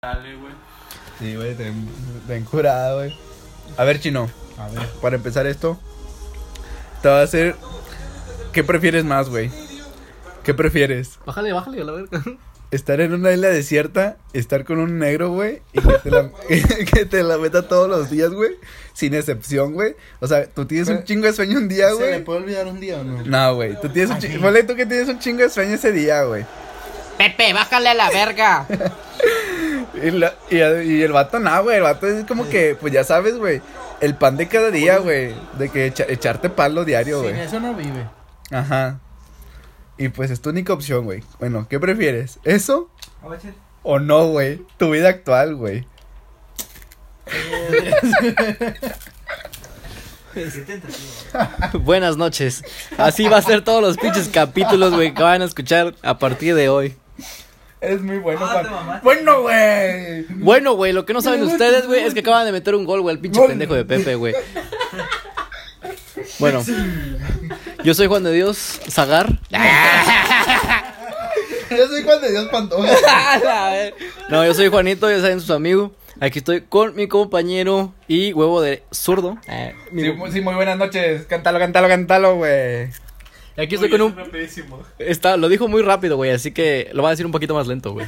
Dale, güey. Sí, güey, ten, ten curado, güey. A ver, chino, A ver, para empezar esto, te va a hacer. ¿Qué prefieres más, güey? ¿Qué prefieres? Bájale, bájale a la verga. ¿Estar en una isla desierta, estar con un negro, güey, y que te, la, que te la meta todos los días, güey? Sin excepción, güey. O sea, tú tienes un Pero- chingo de sueño un día, ¿se le güey. puede olvidar un día o no? No, güey, tú tienes un Aquí. chingo. Ponle tú que tienes un chingo de sueño ese día, güey. Pepe, bájale a la verga. Y, la- y, y el vato, nada, güey. El vato es como que, pues ya sabes, güey. El pan de cada día, güey. De que echa- echarte palo diario, Sin güey. eso no vive. Ajá. Y pues es tu única opción, güey. Bueno, ¿qué prefieres? ¿Eso o no, güey? Tu vida actual, güey. Buenas noches. Así va a ser todos los pinches capítulos, güey, que van a escuchar a partir de hoy. Es muy bueno, Bueno, güey. Bueno, güey, lo que no saben ustedes, güey, es que acaban de meter un gol, güey, al pinche Gol. pendejo de Pepe, güey. Bueno, yo soy Juan de Dios Zagar. Yo soy Juan de Dios Pantoja. No, yo soy Juanito, ya saben sus amigos. Aquí estoy con mi compañero y huevo de zurdo. Eh, mi- Sí, muy- sí, muy buenas noches. Cántalo, cántalo, cántalo, güey. y aquí estoy con un. Está, lo dijo muy rápido, güey, así que lo va a decir un poquito más lento, güey.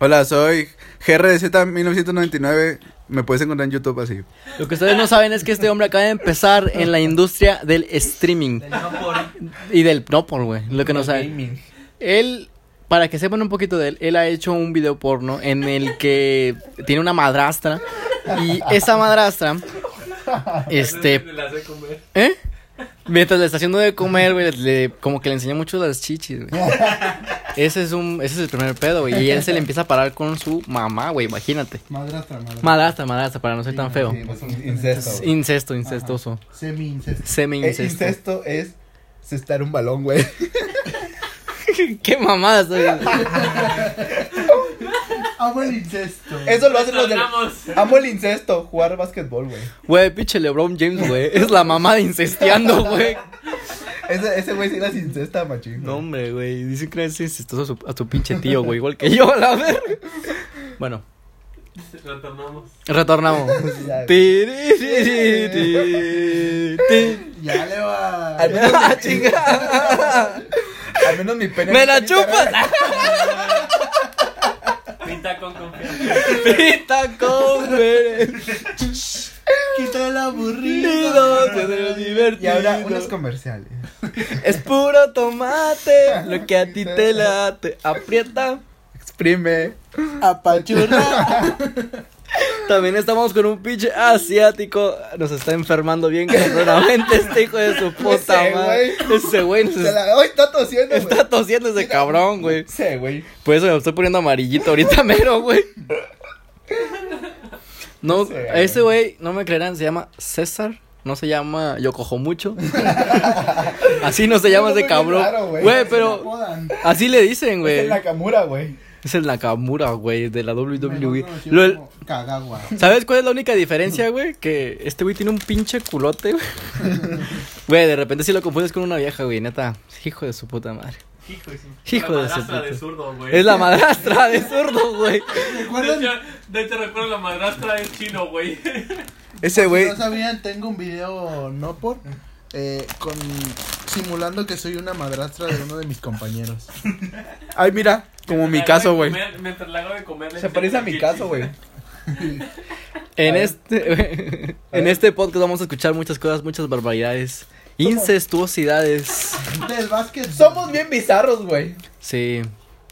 Hola, soy GRDZ1999. Me puedes encontrar en YouTube así. Lo que ustedes no saben es que este hombre acaba de empezar en la industria del streaming. Y del no por, güey. Lo que no saben. Gaming. Él, para que sepan un poquito de él, él ha hecho un video porno en el que tiene una madrastra. Y esa madrastra. Este. ¿Eh? Mientras le está haciendo de comer, güey, le- como que le enseña mucho las chichis, güey. Ese es un, ese es el primer pedo, güey. Y él se le empieza a parar con su mamá, güey, imagínate. Madrastra, madrastra. Madrastra, madrastra, para no ser tan feo. pues, Incesto. güey. Incesto, incestoso. Semi-incesto. Eh, Semi-incesto. incesto es cestar un balón, güey. ¿Qué mamada estoy diciendo? Amo el Ah, incesto. Eh, Eso lo hacen los del... Amo el incesto, jugar básquetbol, güey. Güey, pinche LeBron James, güey. Es la mamada incesteando, güey. Ese ese güey sí las incesta, machín. No, güey. hombre, güey. Dicen que es incestoso a su, a su pinche tío, güey. Igual que yo, a la verga. Bueno, Retornamos. retornamos. Ya. Tiri, tiri, tiri, tiri. Ya le va. Al menos, ¡Ah, chingada! al menos mi pene. ¡Me la chupas! Pinta con confianza. Pita con Quita el Rido, te veo Y ahora unos divertido. comerciales. Es puro tomate. Lo que a ti te late. Aprieta. Exprime. Apachurra. También estamos con un pinche asiático. Nos está enfermando bien cabronamente este hijo de su puta Ese madre. Ese güey nos Se la... ¡Ay, está tosiendo, güey! está tosiendo ese cabrón, güey. Sí, güey. Por eso me estoy poniendo amarillito ahorita mero, güey. No, Sí, güey. ese güey, no me creerán, se llama César. No se llama Yo cojo mucho. Así no se llama Eso ese está bien cabrón. raro, güey. Güey, Pero. pero Apodan. así le dicen, güey. Es la camura, güey. Es el Nakamura, güey, de la WWE. Mejor conocido Lo- como Kagawa. ¿Sabes cuál es la única diferencia, güey? Que este güey tiene un pinche culote, güey. Güey, de repente si lo confundes con una vieja, güey, neta. Hijo de su puta madre. Hijo de su Hijo La de su madrastra puta. de zurdo, güey. Es la madrastra de zurdo, güey. De ¿Recuerdan? hecho, de hecho, recuerdo la madrastra es chino, güey. Ese Si güey. no sabían, tengo un video no por. Eh, con, simulando que soy una madrastra de uno de mis compañeros. Ay, mira. Como mi La caso, hago de güey. comer- Mientras la hago de comer. le Se enseño parece a mi chichis. caso, güey. En A ver. este A ver. en este podcast vamos a escuchar muchas cosas, muchas barbaridades, incestuosidades. Del básquet. Somos bien bizarros, güey. Sí,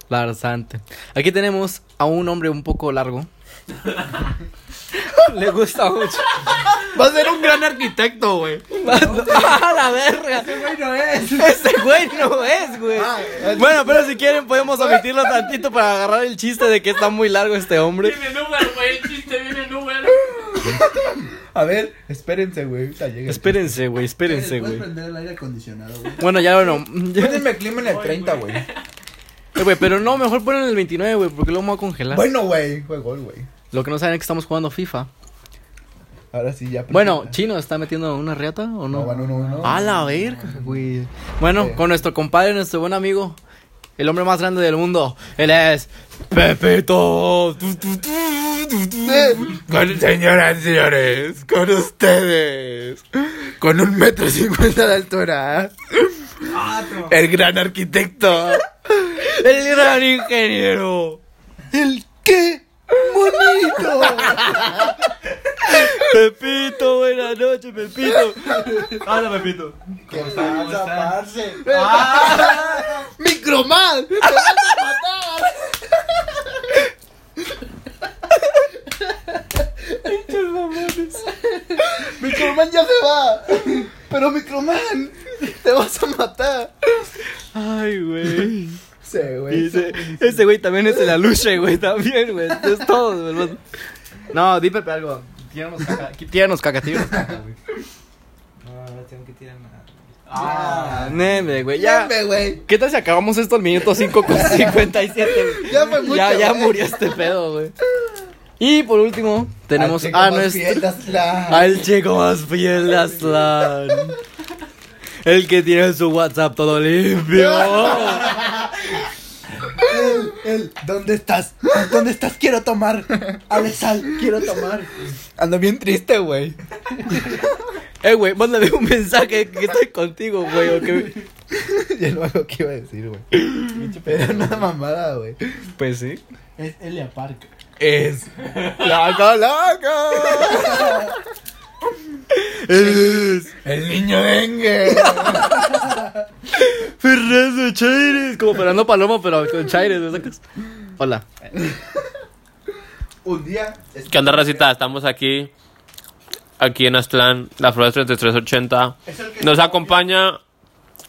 larzante. Aquí tenemos a un hombre un poco largo. Le gusta mucho. Va a ser un gran arquitecto, güey. ¡A la verga! Güey, no es. Ese güey no es, güey. Bueno, pero si quieren podemos omitirlo tantito para agarrar el chiste de que está muy largo este hombre. Viene en Uber, güey. El chiste viene en Uber. A ver, espérense, güey. Ahorita llega. Espérense, güey, espérense, Puedes güey. prender el aire acondicionado, güey. Bueno, ya bueno. ya- Espérenme clima en el 30, güey. Eh, güey, pero no, mejor ponen el 29, güey, porque lo vamos a congelar. Bueno, güey. Fue gol, güey. Lo que no saben es que estamos jugando FIFA. Ahora sí, ya. Bueno, Chino, ¿está metiendo una riata o No, no? Ah, bueno, no, Eh. no. A la verga, güey. Bueno, con nuestro compadre, nuestro buen amigo, el hombre más grande del mundo. Él es Pepito. Eh. Con, señoras y señores, con ustedes, con un metro cincuenta de altura, el gran arquitecto, El gran ingeniero. el qué bonito. Pepito, buenas noches, Pepito. Hola, Pepito. ¿Qué pasa, parce? Ah. ¡Micromal! Microman ya se va. Pero Microman, te vas a matar. Ay, güey. Sí, güey. Ese, ese güey también es de la lucha, güey. También, güey. Es todo, ¿verdad? No, di Pepe algo. Tíranos caca, tíranos caca, tíranos caca, güey. No, ahora tengo que tirar nada. Ah. Neme, güey. Ya. Dame, güey. ¿Qué tal si acabamos esto al minuto 5 con 57? güey? Ya fue mucho, ya, ya güey. murió este pedo, güey. Y por último, tenemos Al chico a más nuestro. fiel de Aztlán. Al chico más fiel de Aztlán. El que tiene su WhatsApp todo limpio. Él, él, ¿dónde estás? ¿Dónde estás? Quiero tomar. Alexal, quiero tomar. Ando bien triste, güey. Eh, güey, mándame un mensaje que estoy contigo, güey. o que- Ya no hago qué iba a decir, güey. Era una mamada, güey. Pues sí. Es Elia Park. Es. ¡Loco, loco! Es El niño dengue. Ferraz de Chaires. Como Fernando Palomo, pero con Chaires, ¿me sacas? Hola. Un día. ¿Qué onda, Racita? Estamos aquí. Aquí en Aztlán, la Flores 3380. Nos acompaña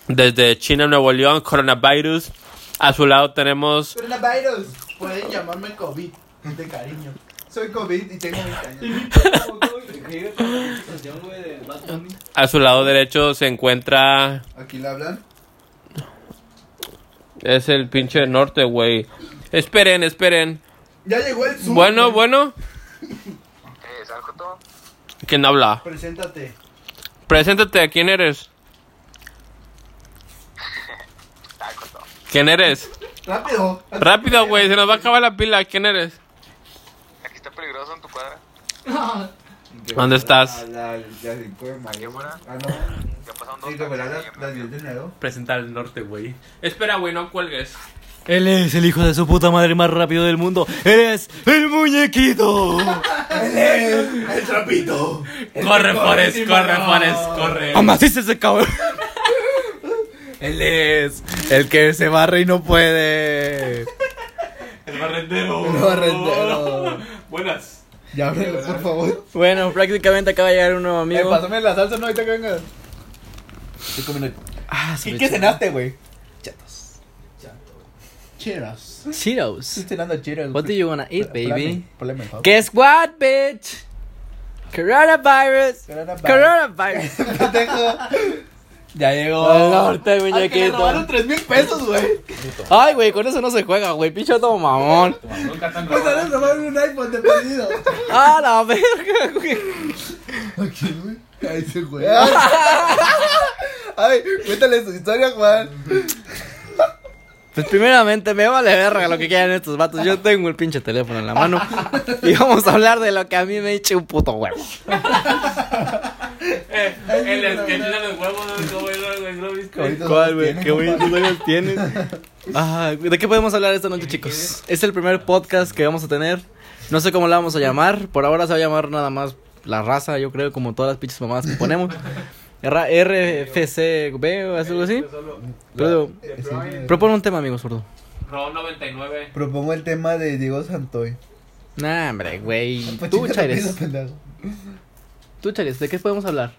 desde China, Nuevo León, coronavirus. A su lado tenemos. Coronavirus. Pueden llamarme COVID. De cariño. Soy COVID y tengo 20 años. A su lado derecho se encuentra. Aquí le hablan. Es el pinche norte, güey. Esperen, esperen. Ya llegó el Zoom. Bueno, bueno. Eh, ¿Quién habla? Preséntate. Preséntate, ¿quién eres? ¿Quién eres? Rápido. Rápido, güey, se nos va a acabar la pila. ¿Quién eres? Aquí está peligroso en tu cuadra. ¿Dónde estás? La, la de Mario. Ah, no. Ya pasaron dos Sí, revelar meses, las- las 10 de enero. Presenta al norte, güey. Espera, güey, no cuelgues. Él es el hijo de su puta madre más rápido del mundo. Él es el muñequito. El trapito. Corre, Forest, corre, Forest, corre. Amaciste ese cabrón. Él es. El que se barre y no puede. El barrendero. El barrendero. Buenas. Ya ábrelo, por favor. Bueno, prácticamente acaba de llegar un nuevo Eh, amigo. pásame la salsa, no, ahorita que vengas. Estoy comiendo. Ah, ¿Y qué cenaste, güey? Cheers. Cheetos. Estoy cenando chiros. What do you wanna eat, Pl- baby? Ponle, ponle, Guess what, bitch? Coronavirus. Coronavirus. Coronavirus. pendejo? Ya llegó. Al norte, Al que le robaron muñequito. 3 mil pesos, güey. Ay, güey, con eso no se juega, güey. Pinche todo mamón. Pues ahora robaron un iPhone de perdido. A la verga, güey. A ese güey. Ay, cuéntale su historia, Juan. Pues primeramente me vale verga lo que quieran estos vatos. Yo tengo el pinche teléfono en la mano. Y vamos a hablar de lo que a mí me eche un puto huevo. Eh, el sketch de los huevos, ¿no? güey, no, güey, no, viste? ¿Cuál, güey? ¿Qué bonitos años tienes? Ah, ¿De qué podemos hablar esta noche, chicos? Es el primer podcast que vamos a tener. No sé cómo la vamos a llamar. Por ahora se va a llamar nada más La Raza, yo creo, como todas las pinches mamadas que ponemos. Ra- RFCB o algo así. Pero, propone un tema, amigo sordo. Ro 99. Propongo el tema de Diego Santoy. Nah, hombre, güey. Pues, Tú, chinga, Chaires. rápido, pendejo. Tú, Chaires, ¿de qué podemos hablar?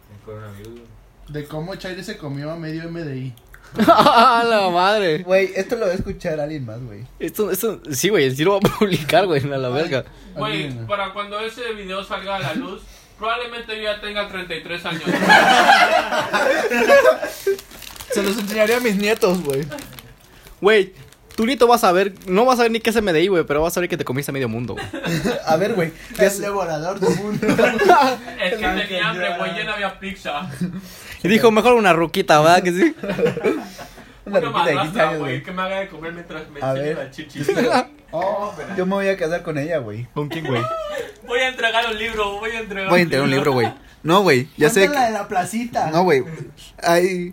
De cómo Chaire se comió a medio MDI. ¡Ah, la madre! Güey, esto lo va a escuchar alguien más, güey. Esto, esto, sí, güey, sí lo va a publicar, güey, a la verga. Güey, para cuando ese video salga a la luz, probablemente yo ya tenga 33 años. Se los enseñaré a mis nietos, güey. Güey, tú Lito vas a ver, no vas a ver ni qué es MDI, güey, pero vas a ver que te comiste a medio mundo, güey. A ver, güey. ya El sé- devorador del mundo. Es que tenía hambre, güey, ya no había pizza. Y dijo, mejor una ruquita, ¿verdad? Que sí. Una riquita de 15 años, güey, güey. que me haga de comer mientras me A enseña ver. la chichi. Oh, yo me voy a casar con ella, güey. ¿Con quién, güey? Voy a entregar un libro, voy a entregar Voy a entregar un libro, güey. No, güey, ya sé Cuéntala de que... la placita. No, güey. Ay...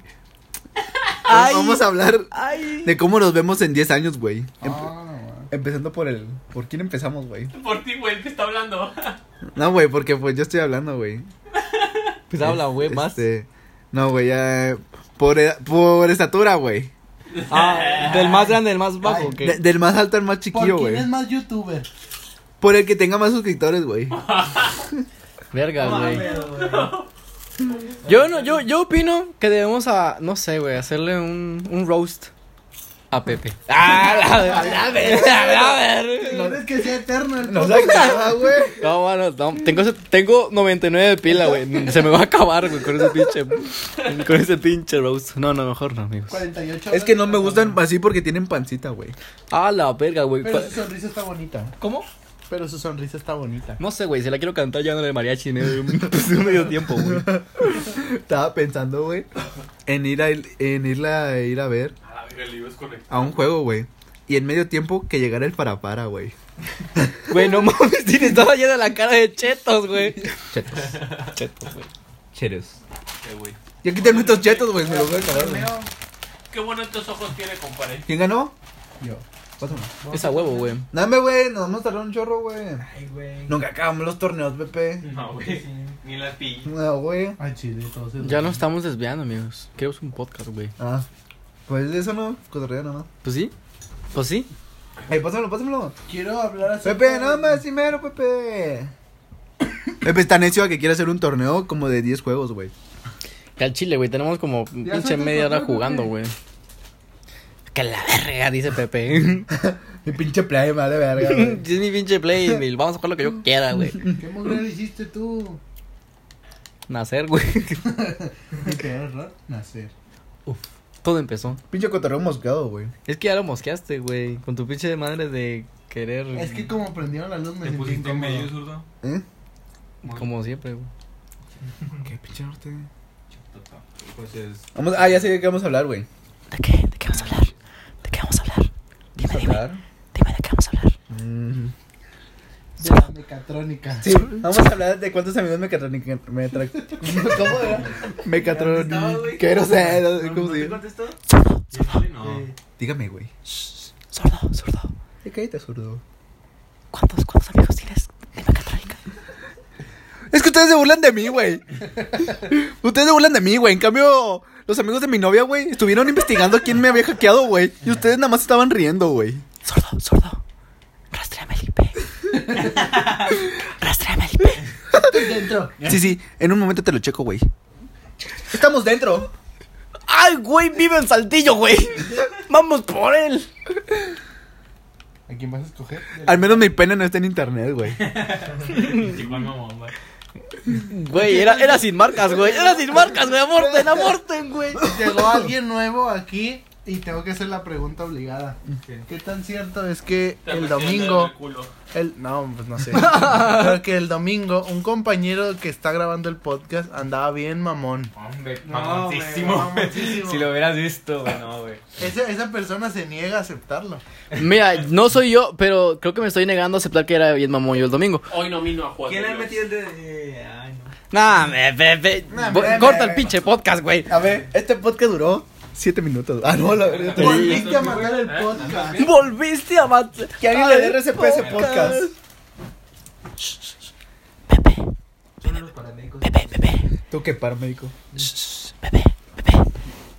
Ay. Vamos a hablar Ay. de cómo nos vemos en 10 años, güey. Ah, Empezando por el. ¿Por quién empezamos, güey? Por ti, güey, el que está hablando. No, güey, porque pues yo estoy hablando, güey. Pues habla, güey, más. Este, no, güey, ya... Por, ed- por estatura, güey. Ah, del más grande, del más bajo. ¿qué? De- del más alto al más ¿Por chiquillo, quién güey. es más youtuber? Por el que tenga más suscriptores, güey. Verga, güey. Pero, güey. Yo no, yo, yo opino que debemos a, no sé, güey, hacerle un, un roast a Pepe. Ah, la, la verga, la verga. No es que sea eterno el No podcast. Ah, sé qué- No, mano, no, tengo, ese- tengo 99 de pila, güey. Se me va a acabar, güey, con ese pinche. Con ese pinche roast. No, no, mejor no, amigos. 48 Es que no me gustan así porque tienen pancita, güey. Ah, la verga, güey. Pero Pa- su sonrisa está bonita. ¿Cómo? Pero su sonrisa está bonita. No sé, güey, si la quiero cantar ya no de mariachi, ¿no? Pues no me dio tiempo, güey. Estaba pensando, güey, en ir a en irla a ir a ver Ah, mira, el libro es conectado. a un juego, güey. Y en medio tiempo que llegara el parapara, güey. Güey, no mames, tienes toda llena la cara de chetos, güey. Chetos. Chetos, güey. Chetos. Eh, güey. Ya quítame estos chetos, güey. Me los voy a acabar, güey. Qué bueno estos ojos tiene, compadre. ¿Quién ganó? Yo. Pásame. Es a huevo, güey. Dame, güey. Nos vamos a tardar un chorro, güey. Ay, güey. Nunca acabamos los torneos, Pepe. No, güey. Ni la pilla. No, güey. Ay, chile, entonces. Ya nos estamos desviando, amigos. Queremos un podcast, güey. Ah. Pues eso no, cotorreo nada más. Pues sí. Pues sí. Ey, pásamelo, pásamelo. Quiero hablar así. Pepe, no más, primero, Pepe. Pepe está necio a que quiere hacer un torneo como de 10 juegos, güey. Que al chile, güey. Tenemos como pinche suelta el media hora control, jugando, güey. Que la verga, dice Pepe. Mi pinche play, madre verga, güey. es mi pinche Playbill. Vamos a jugar lo que yo quiera, güey. ¿Qué mujer hiciste tú? Nacer, güey. Peor error, nacer. Todo empezó. Pinche cotorreo moscado, güey. Es que ya lo mosqueaste, güey. Con tu pinche madre de querer. Es que como prendieron la luz me ¿Te sentí pusiste en medio, incómodo. zurdo? ¿Eh? Como siempre, güey. ¿Qué pinche norte? Vamos, ah, ya sé de qué vamos a hablar, güey. ¿De qué? ¿De qué vamos a hablar? ¿De qué vamos a hablar? ¿Vamos a hablar? Dime de qué vamos a hablar. Mm. De la mecatrónica. Sí, vamos a hablar de cuántos amigos mecatrónicos. Metra... ¿Cómo era? Mecatrónicos. ¿Cómo se llama? No. Eh, Dígame, güey. Sordo, sordo. ¿Qué caíste, zurdo? ¿Cuántos, cuántos amigos tienes de mecatrónica? Es que ustedes se burlan de mí, güey. ustedes se burlan de mí, güey. En cambio, los amigos de mi novia, güey, estuvieron investigando quién me había hackeado, güey. Y ustedes nada más estaban riendo, güey. Sordo, sordo. Rastreame el IP. Rastreame el IP. Sí, sí, en un momento te lo checo, güey. Estamos dentro. ¡Ay, güey! ¡Vive en Saltillo, güey! ¡Vamos por él! ¿A quién vas a escoger? Al menos mi pene no está en internet, güey. Igual mamón, güey. Güey, era, era sin marcas, güey. Era sin marcas, güey. Amorten, amorten, güey. Llegó alguien nuevo aquí y tengo que hacer la pregunta obligada. ¿Qué tan cierto es que Te el metieron en domingo, el culo. el no, pues no sé, pero que el domingo un compañero que está grabando el podcast andaba bien mamón. Hombre, No, mamoncísimo. güey, mamoncísimo. Si lo hubieras visto, güey, no, güey. Ese- esa persona se niega a aceptarlo. Mira, no soy yo, pero creo que me estoy negando a aceptar que era bien mamón yo el domingo. Hoy nomino a Juan. ¿Quién le Dios. metió el de.? Ay, no. Nah, me, Pepe. Nah, Bo- me- me- corta el me- pinche podcast, güey. A ver, este podcast duró siete minutos. Ah, no, la verdad. Volviste a matar el podcast. Volviste a matar. Que alguien le dé RCP ese podcast. Pepe, paramédicos. Pepe, Pepe, Tú que parmédico. Pepe, Pepe.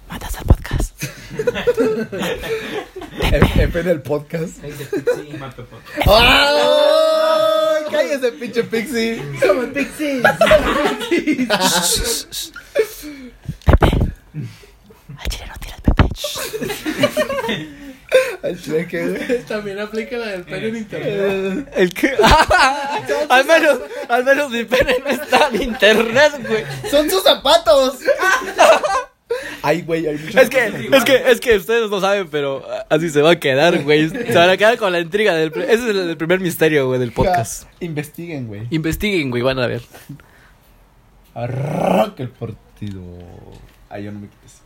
Matas al podcast. F en el podcast. Sí, Mato, por- ¡Ay! ¡Cállese, pinche pixie! Somos pixies. Pepe. Al chile no tiras, Pepe. Al chile que, güey. También aplica la del pelo en internet. Eh, El que. al menos, al menos mi pene no está en internet, güey. ¡Son sus zapatos! Ay, güey, hay muchos Es que, es que, es que ustedes no saben, pero así se va a quedar, güey. Se van a quedar con la intriga del. pri- Ese es el, el primer misterio, güey, del podcast. Investiguen, güey. Investiguen, güey, van a ver. Arranca el partido. Ay, yo no me quites.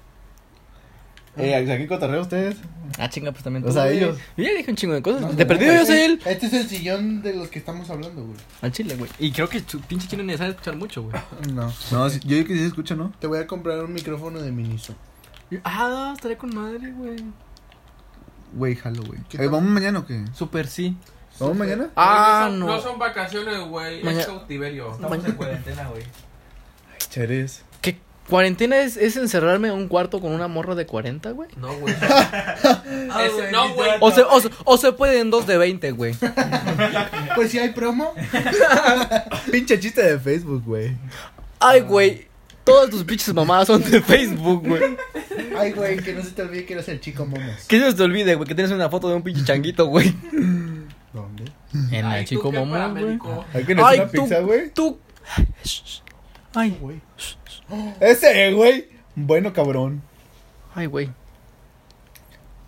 Eh, ¿a qué cotorreo ustedes? Ah, chinga, pues también O sea, güey. ellos. Yo ya dije un chingo de cosas. No, de no, perdido no, yo soy este- él. Este es el sillón de los que estamos hablando, güey. Al chile, güey. Y creo que tu pinche chino ni sabe escuchar mucho, güey. No. No, sí- yo digo que sí se escucha, ¿no? Te voy a comprar un micrófono de Miniso. Ah, estaré con madre, güey. Güey, jalo, güey. ¿Qué Eh, tal? ¿Vamos mañana o qué? Super sí. ¿Vamos mañana? Ah, son- no. No son vacaciones, güey. Maña- Es cautiverio. Maña- cuarentena, güey. Cheres. ¿Qué cuarentena es, es encerrarme en un cuarto con una morra de 40, güey? No, güey. Ah, Ese- güey, no, güey. literal. O se, o, se- o se puede en dos de 20, güey. Pues si hay promo. Pinche chiste de Facebook, güey. Ay, güey. Todas tus pinches mamadas son de Facebook, güey. Ay, güey, que no se te olvide que eres el chico momos. Que se te olvide, güey, que tienes una foto de un pinche changuito, güey. ¿Dónde? En Ay, el tú chico qué momo, güey. paramédico. ¿Hay que Ay, hacer una tú- pizza, güey? Tú. Ay, Güey. Ese, güey. Bueno, cabrón. ay, güey.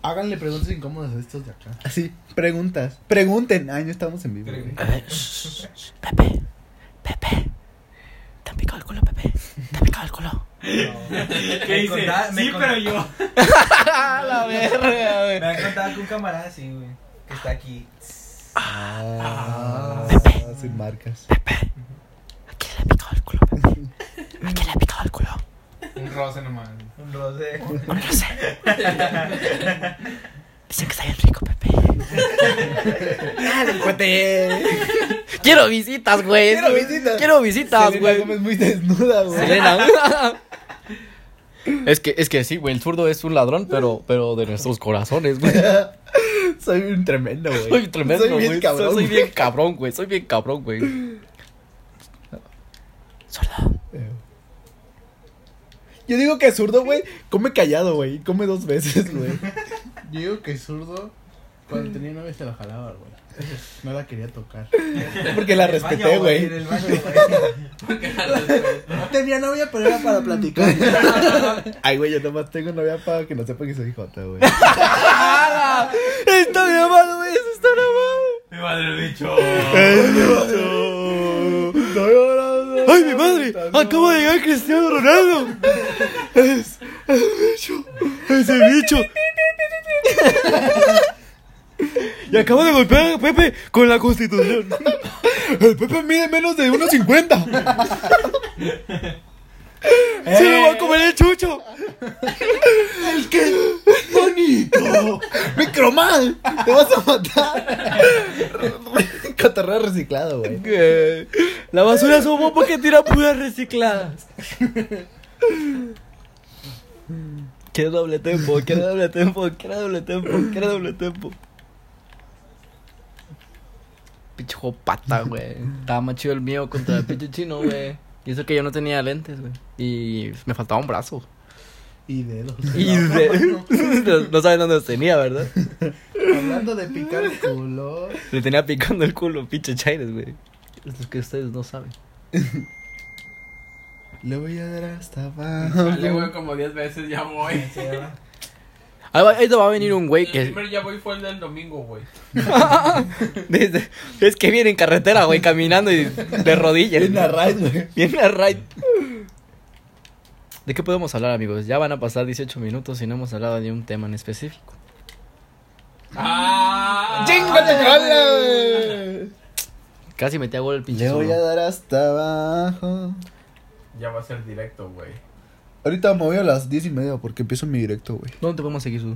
Háganle preguntas incómodas a estos de acá. Así, preguntas. Pregunten. Ay, no estamos en vivo. güey. Pepe, Pepe, te han picado el culo, Pepe, te han picado el culo. ¿Qué dice? sí, pero yo. A la verga, Me han contado que un camarada así, güey. Que está aquí. Ah, sin marcas. ¿A quién le ha picado el culo, Pepe? ¿A quién le ha picado el culo? Un roce nomás. Un roce. No lo sé. Dicen que está bien rico, Pepe. Quiero visitas, güey. Quiero visitas. Quiero visitas, Selena Ah, güey. Gómez muy desnuda, güey. Selena. Es que, es que sí, güey, el zurdo es un ladrón, pero, pero de nuestros corazones, güey. Soy un tremendo, güey. Soy tremendo, Soy bien güey. cabrón, Soy, soy güey. bien cabrón, güey. Soy bien cabrón, güey. Sordo, Yo digo que zurdo, güey, come callado, güey. Come dos veces, güey. Yo digo que zurdo, cuando tenía novia se la jalaba, güey. No la quería tocar. Porque la El respeté, baño, En güey. el baño, güey. Tenía novia, pero era para platicar. Ay, güey, yo nomás tengo novia para que no sepa que soy Jota, güey. Está grabado, güey. Eso está grabado. Mi madre lo dicho. ¡Ay, mi madre! Acabo de llegar Cristiano Ronaldo. Es, el bicho. Ese bicho. Y acabo de golpear a Pepe con la constitución. El Pepe mide menos de 1.50. ¡Se lo va Eh. a comer el chucho! ¿El qué? ¡Bonito! ¡Micromal! ¡Te vas a matar! Catarreo reciclado, güey. Eh, La basura asomó porque tira puras recicladas. Quiero doble tempo, quiero doble tempo, quiero doble tempo, quiero doble tempo. Pinche juego pata, güey. Estaba más chido el mío contra el pinche chino, güey. Y eso que yo no tenía lentes, güey. Y me faltaba un brazo. Y dedos. Y de- no, no saben dónde los tenía, ¿verdad? Hablando de picar culo. Le tenía picando el culo, pinche chaires, güey. Es lo que ustedes no saben. Le voy a dar hasta abajo. Dale, güey, como 10 veces ya voy. Ahí va, ahí te va a venir un güey El que... primer ya voy fue el del domingo, güey. Desde- es que viene en carretera, güey, caminando y de rodillas. En la raid, güey. Viene a raid. ¿De qué podemos hablar, amigos? Ya van a pasar 18 minutos y no hemos hablado de un tema en específico. ¡Ah! ¡Chingate, güey! Casi metí a gol el pinche. Le voy zurdo. a dar hasta abajo. Ya va a ser directo, güey. Ahorita me voy a las 10 y media porque empiezo mi directo, güey. ¿Dónde te podemos seguir, su?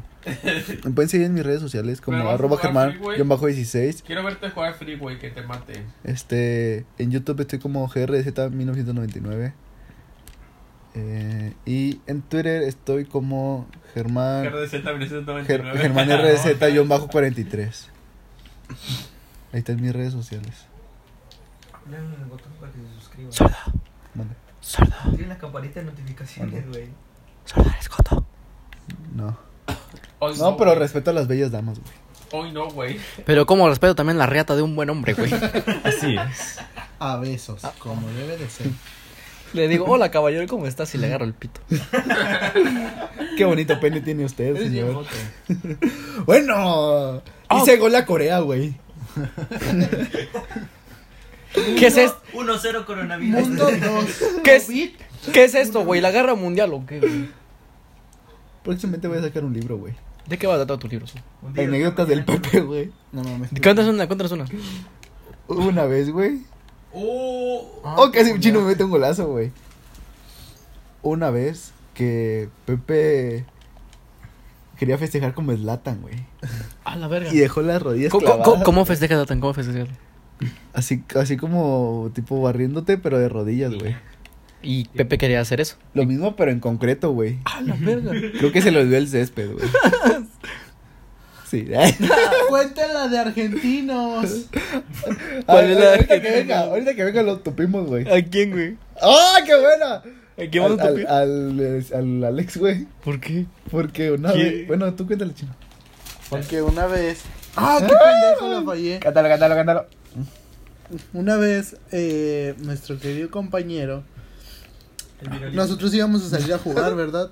Me pueden seguir en mis redes sociales como Pero vas a arroba jugar germán free, güey. guión bajo 16. Quiero verte jugar free, güey, que te mate. Este, en YouTube estoy como GRZ1999. Eh, y en Twitter estoy como Germán, RDZ Ger- 1999. Germán RZ guión bajo 43. Ahí están mis redes sociales. Háblale al botón para que se suscriba. sordo, Mande. sordo, Tiene la campanita de notificaciones, güey. sordo, eres joto. No. Hoy No, pero Pues güey. respeto a las bellas damas, güey. Hoy no, güey. Pero como respeto también la reata de un buen hombre, güey. Así es. A besos, Ah. como debe de ser. Le digo, hola caballero, ¿cómo estás? Y le agarro el pito. Qué bonito pene tiene usted, Eres bien señor. joto. Bueno. Y se gol a Corea, güey. ¿Qué es, es- 1-0 coronavirus. Mundo 2. ¿Qué es- qué es esto, güey? ¿La guerra mundial o qué, güey? Próximamente voy a sacar un libro, güey. ¿De qué va a tratar tu libro? Anécdotas del Pepe, güey. No mames. Cuéntanos una, cuéntanos una. Hubo Una vez, güey. Oh, Oh, Ah, casi un chino me mete un golazo, güey. Una vez que Pepe quería festejar como Slatan, güey. A la verga. Y dejó las rodillas ¿Cómo, clavadas. cómo, cómo festejas, Datan? ¿Cómo festejas? Así, así como tipo barriéndote, pero de rodillas, güey. Y Pepe quería hacer eso. Lo mismo, pero en concreto, güey. A la verga. Creo que se lo dio el césped, güey. Sí. Cuéntala de argentinos. ¿Cuál es la de ahorita que Argentina? venga, ahorita que venga lo topimos, güey. ¿A quién, güey? ¡Ah, qué buena! ¿A quién vamos a al, topar? al, al, al Alex, güey. ¿Por qué? Porque una ¿Qué? vez. Bueno, tú cuéntale, chino. Porque una vez. ¡Ah, qué pendejo la fallé! Cántalo, cántalo, cántalo. Una vez, eh, nuestro querido compañero, nosotros íbamos a salir a jugar, ¿verdad?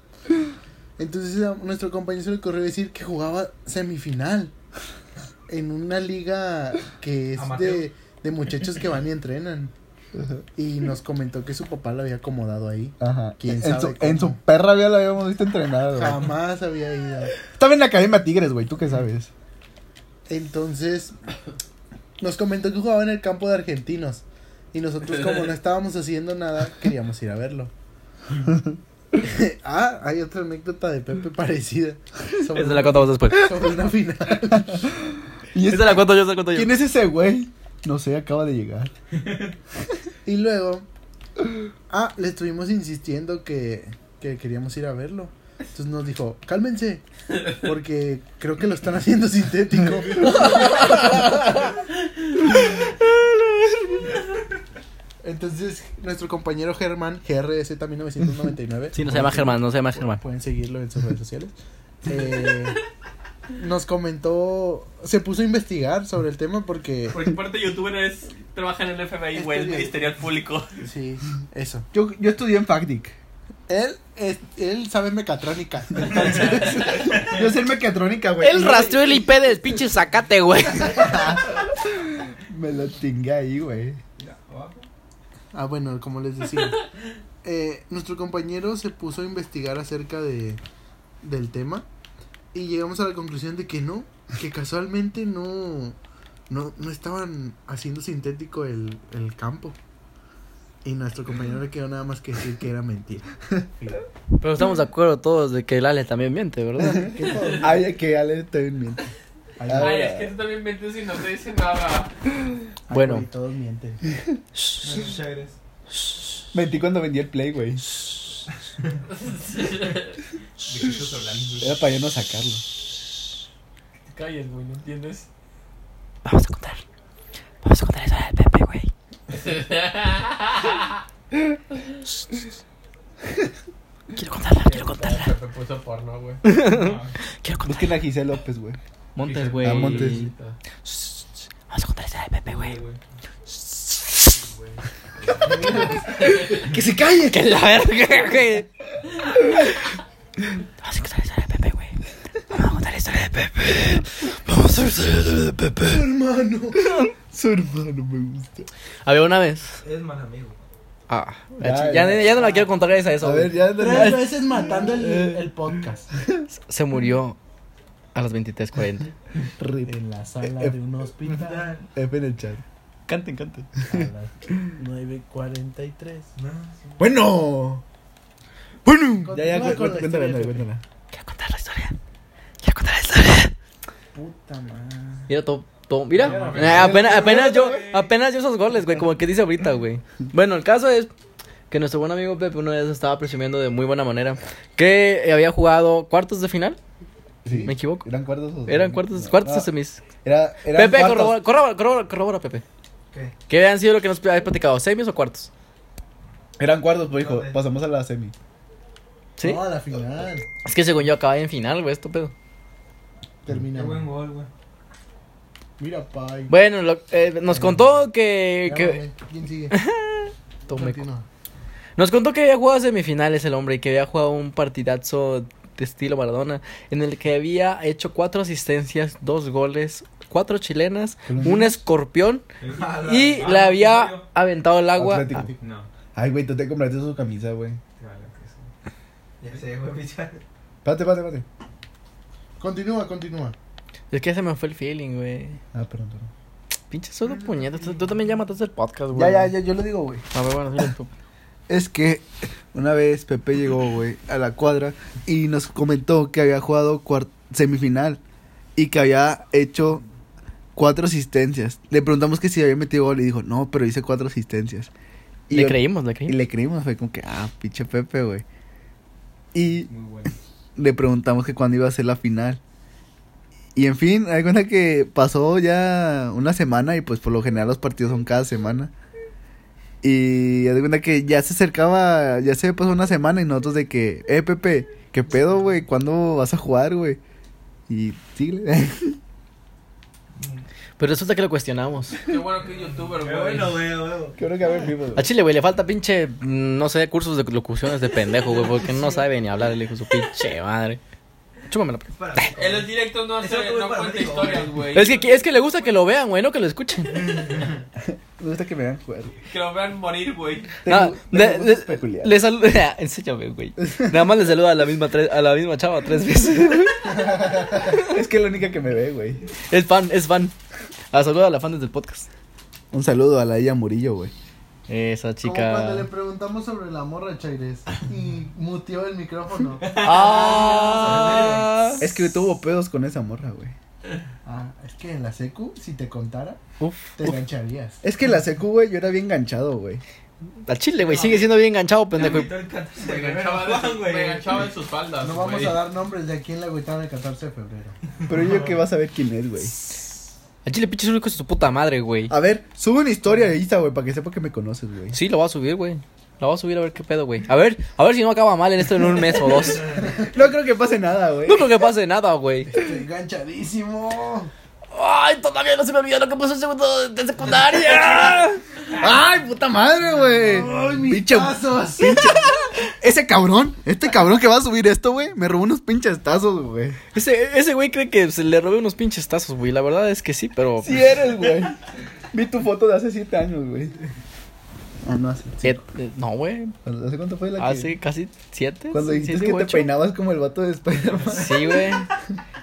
Entonces a nuestro compañero se le ocurrió decir que jugaba semifinal en una liga que es de, de muchachos que van y entrenan. Y nos comentó que su papá lo había acomodado ahí. Ajá. ¿Quién en, sabe su, cómo? en su perra vida la habíamos visto entrenada, güey. Jamás había ido. Estaba en la Academia Tigres, güey. ¿Tú qué sabes? Entonces, nos comentó que jugaba en el campo de argentinos. Y nosotros, como no estábamos haciendo nada, queríamos ir a verlo. ah, hay otra anécdota de Pepe parecida. Sobre, Esa la contamos después. sobre una final. ¿Y este Esa la cuento yo, esa la cuento yo. ¿Quién es ese güey? No sé, acaba de llegar. Y luego, ah, le estuvimos insistiendo que, que queríamos ir a verlo. Entonces nos dijo, cálmense, porque creo que lo están haciendo sintético. Entonces, nuestro compañero Germán, GRZ1999. Sí, no se llama Germán, no se llama Germán. Pueden seguirlo en sus redes sociales. eh, nos comentó, se puso a investigar sobre el tema porque. porque parte youtuber es. Trabaja en el FBI, güey, el Ministerio Público. Sí, eso. Yo, yo estudié en Factic. Él, es- él sabe mecatrónica. Yo sé en mecatrónica, güey. Él rastreó el IP del pinche Zacate, güey. Me lo tingué ahí, güey. Ah, bueno, como les decía. eh, nuestro compañero se puso a investigar acerca de, del tema y llegamos a la conclusión de que no, que casualmente no, no, no estaban haciendo sintético el, el campo. Y nuestro compañero le quedó nada más que decir que era mentira. Pero estamos de acuerdo todos de que el Ale también miente, ¿verdad? Ay, que ya le estoy mintiendo. Ay, es que tú también mentes y no te dice nada. Bueno, Y todos mienten. Mentí cuando vendí el Play, güey. Era para yo no sacarlo. Te calles, güey, ¿no entiendes? Vamos a contar. Vamos a contar eso del Pepe, güey. Quiero contarla, quiero contarla. Pepe puso porno, güey. Quiero contarla. Busquen a Giselle López, güey. Montes, güey. Ah, Montes. Vamos a contar eso del Pepe, güey. ¡Que se calle! Que la verga, güey. Vamos a contar la historia de Pepe, güey. Vamos a contar la historia de Pepe. Vamos a ver de Pepe. Su hermano. Su hermano me gusta. Había una vez. Es mal amigo. Ah, Ya, ya, ya. ya no la quiero contar gracias a eso. A ver, güey. ya de Tres verdad. veces matando el, el podcast. Se murió a las 23.40. Rip. En la sala de un hospital F en el chat. Canten, canten. a las 9.43. Bueno. Bueno. Ya, ya, Continúa con la cu- cuéntala, historia de cuéntala, cuéntala. Quiero contar la historia. Quiero contar la historia. Puta madre. Mira, todo. todo- mira, Eh, apenas, apenas yo, apenas yo esos goles, güey, como el que dice ahorita, güey. Bueno, el caso es que nuestro buen amigo Pepe una vez estaba presumiendo de muy buena manera que eh, había jugado cuartos de final, Sí. me equivoco. Eran cuartos. o- Eran cuartos, cuartos Ah, o semis. Era, eran Pepe, cuartos. corrobora, corrobora, corrobora, corrobora, Pepe. ¿Qué? ¿Qué han sido lo que nos habéis platicado? ¿Semis o cuartos? Eran cuartos, pues, hijo. Dale. Pasamos a la semi. Sí. No, a la final. Es que según yo acaba en final, güey, esto pedo. Qué Termina. buen gol, güey. Mira, pai. Bueno, lo- eh, nos contó que, Ya, que mame. ¿Quién sigue? Tome- Continúa. nos contó que había jugado semifinales el hombre y que había jugado un partidazo de estilo Maradona en el que había hecho cuatro asistencias, dos goles, cuatro chilenas, un escorpión y Ah, le ¿en había serio? aventado el agua. Atlético. Ah, No. Ay, güey, tú te compraste su camisa, güey. te vale, que sí. Ya sé, güey, picha. Espérate, espérate, espérate. Continúa, continúa. Es que se me fue el feeling, güey. Ah, perdón, perdón. Pinche solo Ah, puñetas. Tú, tú también ya mataste el podcast, Ya, güey. ya, ya, yo lo digo, güey. A ver, bueno, sigue tú. Es que una vez Pepe llegó, güey, a la cuadra y nos comentó que había jugado cuar- semifinal y que había hecho cuatro asistencias. Le preguntamos que si había metido gol y dijo, no, pero hice cuatro asistencias. Y Le yo- creímos, le Y creímos. le creímos, fue como que, ah, pinche Pepe, güey. Y Muy bueno. le preguntamos que cuándo iba a ser la final. Y en fin, hay cuenta que pasó ya una semana y pues por lo general los partidos son cada semana. Y haz de cuenta que ya se acercaba, ya se pasó una semana y nosotros de que, eh Pepe, ¿qué pedo, güey? ¿Cuándo vas a jugar, güey? Y síguele. Pero resulta que lo cuestionamos. Qué bueno que es youtuber, güey. güey, güey. Qué bueno que haber vivo, A Chile, güey, le falta pinche, mm, no sé, cursos de locuciones de pendejo, güey, porque no sabe ni hablar, le dijo su pinche madre. pues. Chúpame la En los directos no, hace, Eso tuve no para cuenta ti, historias, güey. es que, es que le gusta que lo vean, güey, no que lo escuchen. Me gusta que me vean jugar. Que lo vean morir, güey. Nada, Ah, le, tengo le- gustos peculiares. le saluda, enséñame, güey. Nada más le saluda a la misma, tres- a la misma chava tres veces. Es que es la única que me ve, güey. Es fan, es fan. A saluda a la fan desde el podcast. Un saludo a la Ella Murillo, güey. Esa Como cuando le chica. preguntamos sobre la morra Chaires y muteó el micrófono. Ah, Es que tuvo pedos con esa morra, güey. Ah, es que en la secu, si te contara, Uf, te engancharías. Es que en la secu, güey, yo era bien enganchado, güey. al chile, güey, sigue siendo bien enganchado, pendejo. Me enganchaba, de sus- me enganchaba en sus faldas, No vamos Ah, güey. a dar nombres de aquí en la agüitada del 14 de febrero. Pero yo que vas a ver quién es, güey. Al chile, pinche único es su puta madre, güey. A ver, sube una historia de Insta, güey, para que sepa que me conoces, güey. Sí, lo va a subir, güey. Lo va a subir a ver qué pedo, güey. A ver, a ver si no acaba mal en esto en un mes o dos. No creo que pase nada, güey. No creo que pase nada, güey. Estoy enganchadísimo. Ay, todavía no se me olvidó lo que pasó en segundo de secundaria. ¡Ay, puta madre, güey! ¡Ay, mis Pinche- pasos! Ese cabrón, este cabrón que va a subir esto, güey, me robó unos pinches tazos, güey. Ese, ese güey cree que se le robé unos pinches tazos, güey. La verdad es que sí, pero. pues, Sí eh. eres, güey. Vi tu foto de hace siete años, güey. Ah, no, hace. Eh, eh, no, güey. ¿Hace cuánto fue la que? Hace casi siete. Cuando dijiste siete que u te ocho. peinabas como el vato de Spider-Man. Sí, güey.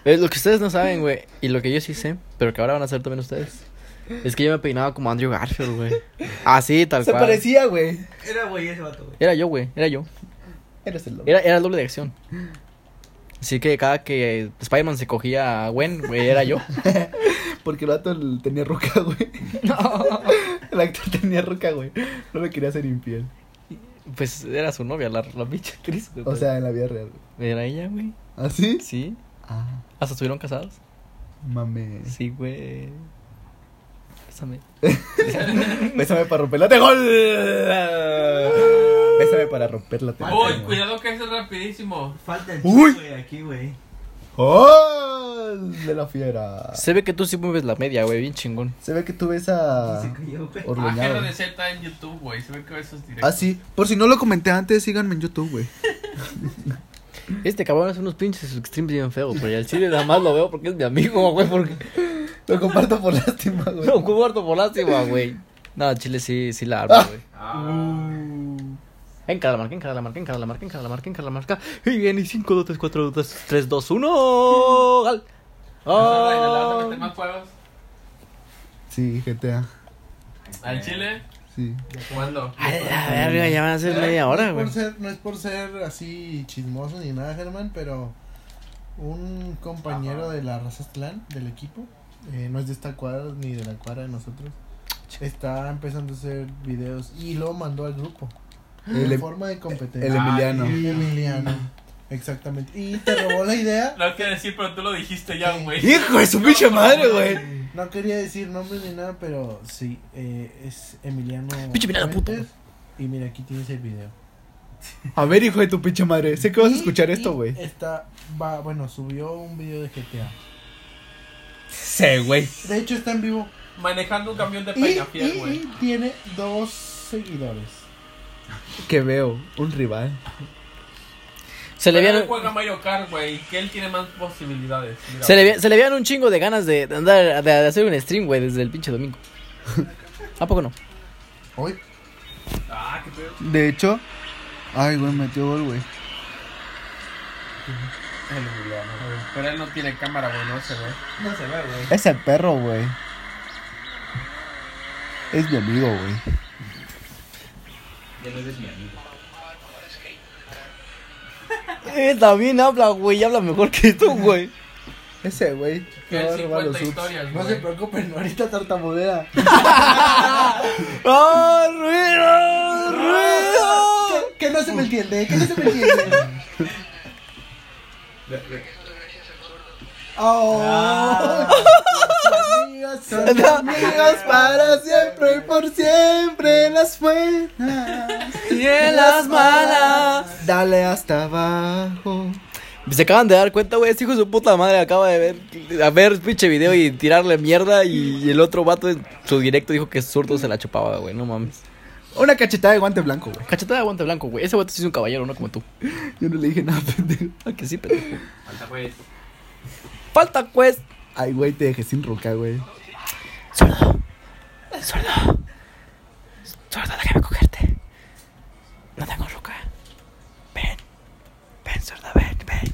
Es lo que ustedes no saben, güey. Y lo que yo sí sé, pero que ahora van a hacer también ustedes. Es que yo me peinaba como Andrew Garfield, güey. Así, tal Se cual. parecía, güey. Era, güey, ese vato, güey. Era yo, güey. Era yo. Eres el lobo. Era, era el doble de acción. Así que cada que Spider-Man se cogía a Gwen, güey, era yo. Porque el vato l- tenía roca, güey. El actor tenía roca, güey. No me quería hacer infiel. Pues era su novia, la, la bicha actriz, güey. O sea, en la vida real. güey. Era ella, güey. ¿Así? Sí. Ah, Hasta estuvieron casados. mame. Sí, güey. Pésame. Bésame para romper la gol. Bésame para romper la Uy, cuidado que eso es rapidísimo. Falta el Uy. chico, güey, aquí, güey. ¡Gol de la fiera! Se ve que tú sí mueves la media, güey, bien chingón. Se ve que tú ves Ah. a Se cayó, güey. Ajeno Ordeñado. de Z en YouTube, güey. Se ve que eso es directo. Ah, sí. Por si no lo comenté antes, síganme en YouTube, güey. Este cabrón hace unos pinches streams bien feos, pero al chile nada más lo veo porque es mi amigo, güey, porque Lo comparto por lástima, güey. no cuarto por lástima, güey. No, al chile sí, sí la arma, güey. Ah. Encara la marca, encara la marca, encara la marca, encara la marca, encara la marca. Y viene 5, 2, 3, 4, 2, 3, 2, 1. ¡Gol! Ah, ¿Vas a meter ¡Oh! más juegos? Sí, GTA. ¿Al Chile? Sí. ¿Cuándo? A la verga, ya van a ser media hora, no güey. es, por ser, no es por ser así chismoso ni nada, Germán, pero un compañero de la raza clan del equipo, eh, no es de esta cuadra ni de la cuadra de nosotros, está empezando a hacer videos y lo mandó al grupo. El, en em- forma de competencia. el Emiliano. Y Emiliano. Exactamente. Y te robó la idea. No quiero decir, pero tú lo dijiste ya, güey. ¡Hijo de su pinche madre, güey! No quería decir nombres ni nada, pero sí, eh, es Emiliano. Pinche Emiliano, puto. Fuentes. Y mira, aquí tienes el video. A ver, hijo de tu pinche madre. Sé que vas a Y- escuchar y esto, güey. Está, va, bueno, subió un video de GTA. Sé, güey. De hecho, está en vivo. Manejando un camión de Y, Peñafiel, y- güey. y tiene dos seguidores. Que veo, un rival. Se le Pero él vieron. juega Mario Kart, güey. Que él tiene más posibilidades. Mira, Se le, vi- se le veían un chingo de ganas de, de andar, de, de hacer un stream, güey, desde el pinche domingo. ¿A poco no? Hoy. Ah, qué pedo. De hecho, ay, güey, metió gol, güey. Pero él no tiene cámara, güey, no se ve. No se ve, güey. Es el perro, güey. Es mi amigo, güey. Eh, también habla, güey, habla mejor que tú, güey. Ese, güey. te va a robar los subs. No se preocupen, ahorita tartamudea. ¡Ah, ruido! ¡Ruido! Que no se me entiende, que no se me entiende. Oh, amigas, son amigas para siempre y por siempre las buenas. Y en las malas. Dale hasta abajo. Se acaban de dar cuenta, güey. Este hijo de su puta madre acaba de ver, a ver pinche video y tirarle mierda. Y el otro vato en su directo dijo que zurdo se la chupaba, güey. No mames. Una cachetada de guante blanco, güey. Cachetada de guante blanco, güey. Ese vato sí es un caballero, no como tú. Yo no le dije nada, pendejo. Ah, que sí, pendejo. pues, Falta pues. Ay, güey, te dejé sin roca, güey. Sordo. Sordo. Sordo, déjame cogerte. No tengo ruca. Ven. Ven, sordo, ven, ven.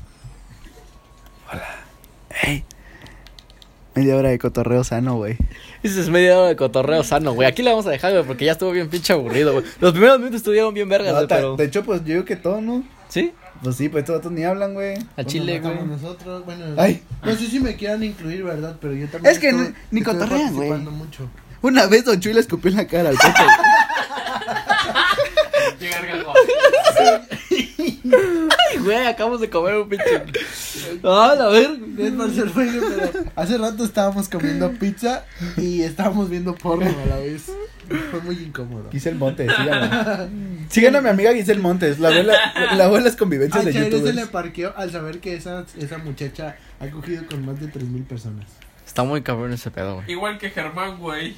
Media hora de cotorreo sano, güey. Ese es media hora de cotorreo sano, güey. Aquí la vamos a dejar, güey, porque ya estuvo bien pinche aburrido, güey. Los primeros minutos estuvieron bien vergas, No, güey, ta- pero... De hecho, pues yo digo que todo, ¿no? ¿Sí? Pues sí, pues todos ni hablan, güey. A Chile, güey. Estamos nosotros, bueno. Ay. No sé si me quieran incluir, ¿verdad? Pero yo también. Es que estoy- ni- ni estoy cotorrean, güey. participando mucho. Una vez Don Chuy le escupió en la cara al Pepe. güey. Ay, güey, acabamos de comer un pinche... Ah, a ver. Es por ser güey, pero hace rato estábamos comiendo pizza y estábamos viendo porno a la vez. Fue muy incómodo. Giselle Montes, síganla. Síganla a mi amiga Giselle Montes. La abuela, la abuela es convivencias A de Chaire se le YouTube. parqueó al saber que esa, esa muchacha ha cogido con más de 3.000 personas. Está muy cabrón ese pedo, güey. Igual que Germán, güey.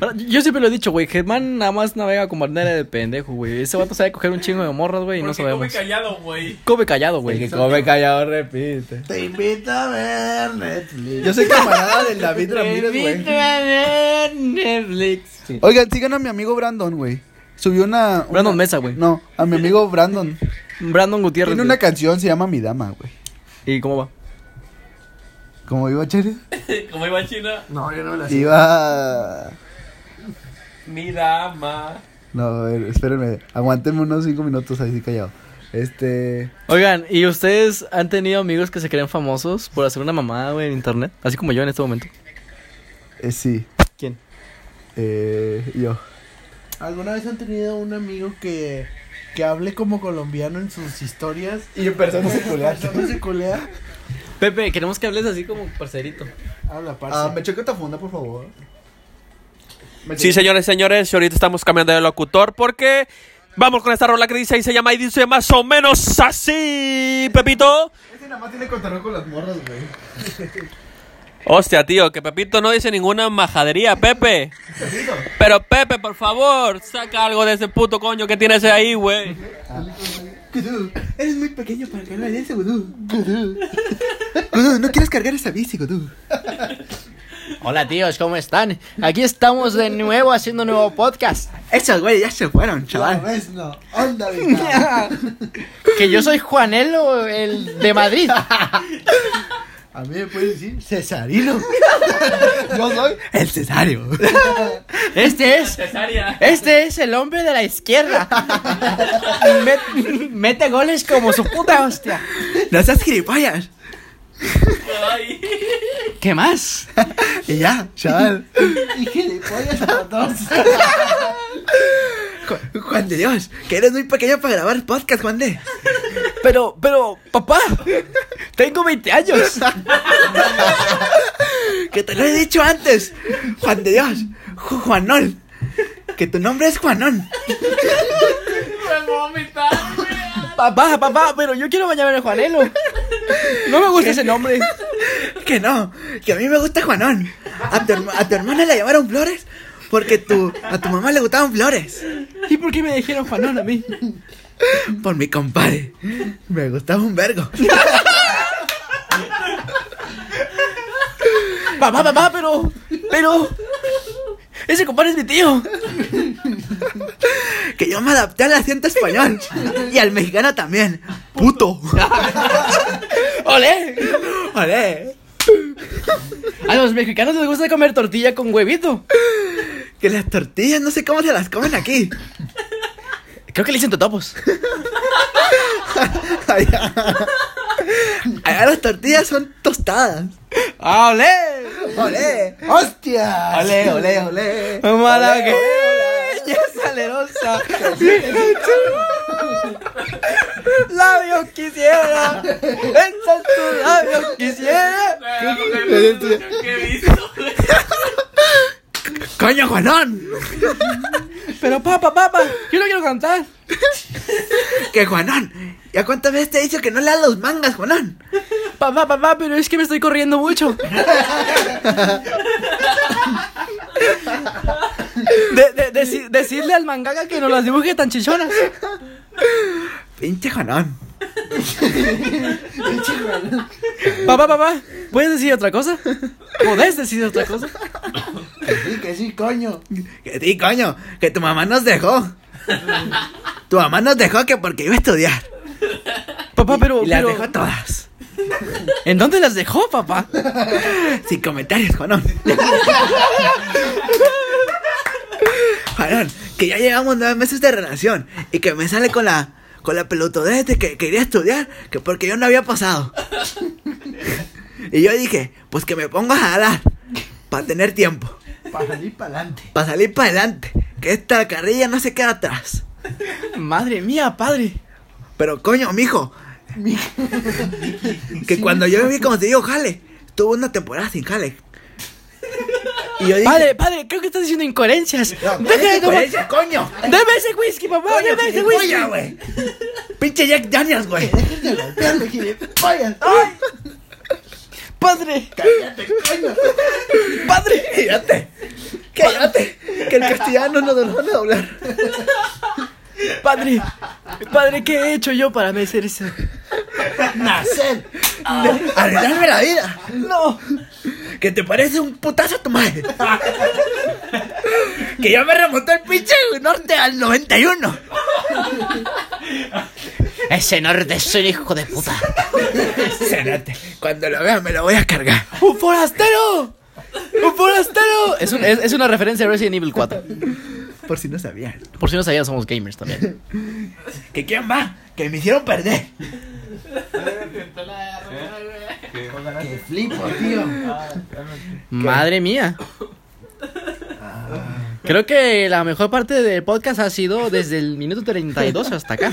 Pero Yo siempre lo he dicho, güey. Germán nada más navega con bandera de pendejo, güey. Ese vato sabe coger un chingo de morras, güey, y no Porque come sabemos. callado, güey. Come callado, güey. come callado repite. Te invito a ver Netflix. Yo soy camarada del David Ramírez, güey. Netflix. Oigan, sigan a mi amigo Brandon, güey. Subió una, una- Brandon Mesa, güey. No, a mi amigo Brandon. Brandon Gutiérrez. Tiene una güey. canción, se llama Mi Dama, güey. ¿Y cómo va? Como iba Chere, Como iba a China. No, yo no me la sé. iba. Mi dama. No, a ver, espérenme. Aguántenme unos cinco minutos así callado. Este. Oigan, ¿y ustedes han tenido amigos que se creen famosos por hacer una mamada, güey, en internet? Así como yo en este momento. eh, sí. ¿Quién? Eh, yo. ¿Alguna vez han tenido un amigo que, que hable como colombiano en sus historias? Y en persona ¿Persona se culea? Pepe, queremos que hables así como parcerito. Habla, parce. Ah, me choca esta funda, por favor. Sí, señores, señores, y ahorita estamos cambiando de locutor porque vamos con esta rola que dice y se llama y dice más o menos así, Pepito. Este nada más tiene cotorreo con las morras, güey. Hostia, tío, que Pepito no dice ninguna majadería, Pepe. Pero Pepe, por favor, saca algo de ese puto coño que tienes ahí, güey. Gudú, eres muy pequeño para cargar eso, Gudú. Gudú. Gudú, no quieres cargar esa bici, Gudú. Hola, tíos, ¿cómo están? Aquí estamos de nuevo haciendo un nuevo podcast. Esos güeyes ya se fueron, La chaval. vez no. Onda, vida. Que yo soy Juanelo, el de Madrid. A mí me puedes decir cesarino. Yo soy el cesario. Este es Cesárea. Este es el hombre de la izquierda. Met- mete goles como su puta hostia. No seas gilipollas. Ay. ¿Qué más? Y ya, chaval. Y gilipollas a todos. Ju- Juan de Dios, que eres muy pequeño para grabar podcast, Juan de. Pero, pero, papá, tengo 20 años. Que te lo he dicho antes. Juan de Dios, Ju- Juanón. Que tu nombre es Juanón. Papá, papá, pero yo quiero bañarme en Juanelo. No me gusta ese nombre. Que no, que a mí me gusta Juanón. A tu, herma- a tu hermana la llamaron Flores porque tu, a tu mamá le gustaban Flores. ¿Y por qué me dijeron Juanón a mí? Por mi compadre. Me gustaba un vergo. Papá, papá, pero, pero. Ese compadre es mi tío. Que yo me adapté al acento español. Y al mexicano también. Puto. ¡Olé! Vale. A los mexicanos les gusta comer tortilla con huevito. Que las tortillas no sé cómo se las comen aquí. Creo que le dicen totopos. Allá las tortillas son tostadas. ¡Ah, ¡Olé! Eh. ¡Olé! ¡Hostia! ¡Olé, olé, olé! Malagueña salerosa. Labios quisiera. Besar tus labios quisiera. ¿Qué he visto? ¡Coño, Juanón! Pero papá, papá, yo no quiero cantar. ¡Que Juanón! ¿Ya cuántas veces te he dicho que no leas los mangas, Juanón? Papá, papá, pero es que me estoy corriendo mucho. De- de- deci- decirle al mangaka que no las dibuje tan chichonas. ¡Pinche Juanón! Papá, papá, ¿puedes decir otra cosa? ¿Podés decir otra cosa? Sí, que sí, coño. Que sí, coño, que tu mamá nos dejó. Tu mamá nos dejó que porque iba a estudiar. Papá, pero. Y las pero- dejó todas. ¿En dónde las dejó, papá? Sin comentarios, Juanón. Juanón, que ya llevamos nueve meses de relación y que me sale con la con la pelotudez de que quería estudiar, que porque yo no había pasado. Y yo dije, pues que me ponga a jalar para tener tiempo, Para salir para adelante. para salir para adelante, que esta carrilla no se queda atrás. Madre mía, padre. Pero coño, mijo. que cuando yo vi como te digo, jale, tuvo una temporada sin jale. Y yo dije, Padre, padre, creo que estás diciendo incoherencias. Deja de tomar. "Coherencia, coño. Deme ese whisky, papá, Coño, deme ese gilipollas, whisky. güey. Pinche Jack Daniels, güey. Déjense golpearme, gilipollas. Padre, Cállate, coño. Padre, cállate. Cállate. Que el castellano no nos van a hablar. padre, padre, ¿qué he hecho yo para merecer eso? Nacer. Arreglarme la vida. No, Que te parece un putazo a tu madre. que ya me remontó el pinche norte al 91. Ese norte es un hijo de puta. Espérate, cuando lo vea me lo voy a cargar. un forastero. Un forastero. Es, un- es, es una referencia a Resident Evil 4. Por si no sabían. Por si no sabían, somos gamers también. ¿Que quién va? Que me hicieron perder. Que flipo, tío. Madre mía. Creo que la mejor parte del podcast ha sido desde el minuto 32 hasta acá.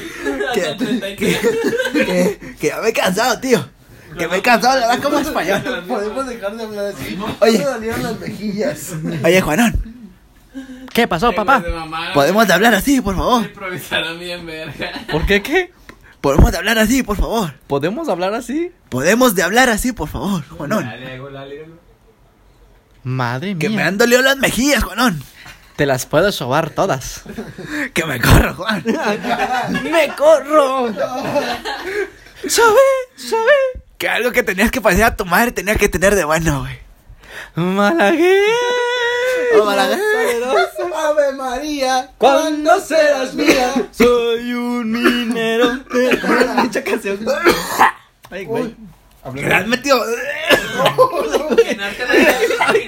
Que, que, que, que ya me he cansado, tío. Que me he cansado de hablar como español. Podemos dejar de hablar así. Oye. Oye. Me dolieron las mejillas. Oye, Juanón, ¿Qué pasó, papá? ¿podemos hablar así, por favor? Improvisaron bien, verga. ¿Por qué qué? ¿Podemos de hablar así, por favor? ¿Podemos hablar así? ¿Podemos de hablar así, por favor, Juanón? Dale, hago la liga. Madre Que me mía. han dolido las mejillas, Juanón. Te las puedo sobar todas. Que me corro, Juan. ¡Me corro! ¡Sabe! ¡Sabe! Que algo que tenías que pasar a tu madre tenía que tener de bueno, güey. Malagueña. Oh, Malagueña. Ave María. ¿Cuándo serás mía? Soy un minero. Ay, güey. Que le has metido. Ay,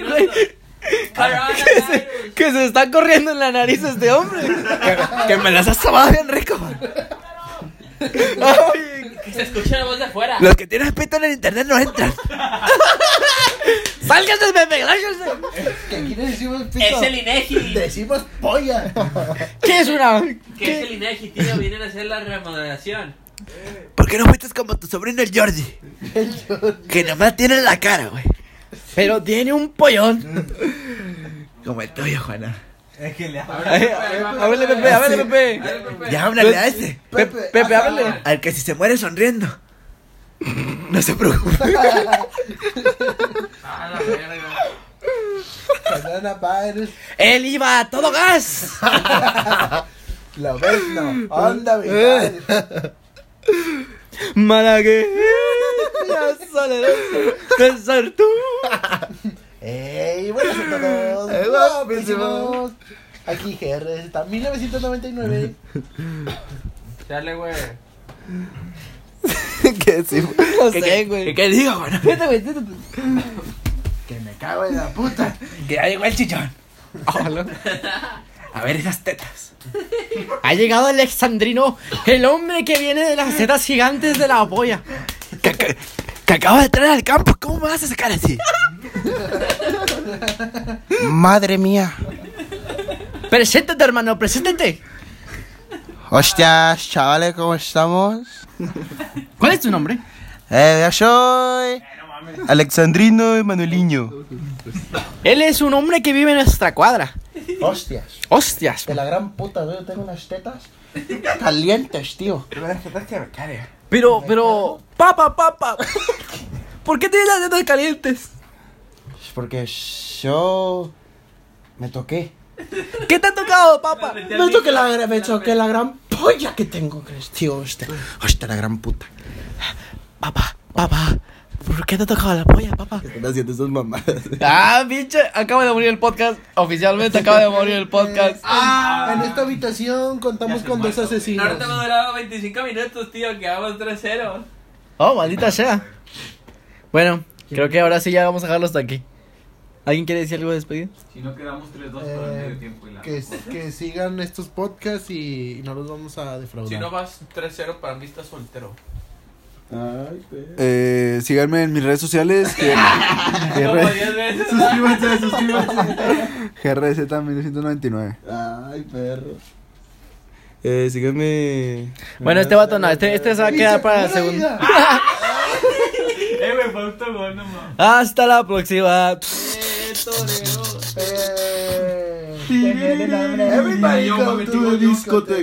güey. Que se, que se está corriendo en la nariz este hombre. Que me las has tomado bien rico. Ay, Se escucha la voz de afuera. Los que tienen pito en el internet no entran. ¡Sálgase, Pepe! ¡Sálgase! Que aquí le decimos pito. Es el Inegi. Decimos polla. ¿Qué es una? Que es el Inegi, tío. Vienen a hacer la remodelación. ¿Por qué no fuiste como tu sobrino el Jordi? Que nomás tiene la cara, güey. Pero tiene un pollón. Como el tuyo, Juana. Ay, a- Ábrele, Pepe, ábrele, Pepe. pues, Ya háblale a este. ese. Pepe, Pepe, ábrele. Al que si se muere sonriendo. No se preocupe. A la verga. Banana virus. Él iba a todo gas. La ves, no. Onda, Eh. viral. Malagueña solerosa, pensar tú. ¡Ey! Buenas a todos. Eh, guapísimos. Guapísimos. Aquí GR está 1999. Dale, güey. ¿Qué decimos? No ¿Qué, sé, qué- güey. qué- qué digo, güey? Vete, güey, vete. Que me cago en la puta. Que ya llegó el chichón. A ver esas tetas. Ha llegado Alexandrino, el hombre que viene de las setas gigantes de la polla. Que, que, que acabo de traer al campo. ¿Cómo me vas a sacar así? Madre mía. Preséntate, hermano, preséntate. Hostias, chavales, ¿cómo estamos? ¿Cuál es tu nombre? Eh, yo soy Alexandrino Emanueliño. Él es un hombre que vive en nuestra cuadra. Hostias, Hostias. de la gran puta, güey, tengo unas tetas calientes, tío. Pero, pero. Papa, papa. ¿Por qué tienes las tetas calientes? Es Porque yo me toqué. ¿Qué te ha tocado, papa? Me toqué la, gra- me toqué la gran polla que tengo, ¿crees, tío. este. Hostia, hostia, la gran puta. Papá, papá, ¿por qué te ha tocado la polla, papá? Están haciendo esas mamadas. Ah, pinche. Acaba de morir el podcast. Oficialmente acaba de morir el podcast. Ah, en esta habitación contamos con dos asesinos. Ahorita me duraba 25 minutos, tío, que vamos 3-0. Oh, maldita sea. Bueno, creo que ahora sí ya vamos a dejarlo hasta aquí. ¿Alguien quiere decir algo de despedida? Si no quedamos 3-2 por Eh, el medio tiempo y la. Que, que sigan estos podcasts y, y no los vamos a defraudar. Si no vas 3-0, para mí estás soltero. Eh, síganme en mis redes sociales. que- que Como re- 10 veces. Suscríbanse, suscríbanse. GRZ 1999. Ay, perro. אה, Eh, síganme. Bueno, este vato no, este, este se va a quedar para el segundo. Eh, güey, fue autogol, no mames. Hasta la próxima. Eh, Everybody Yo, come mami, to digo, the yo, discotheque.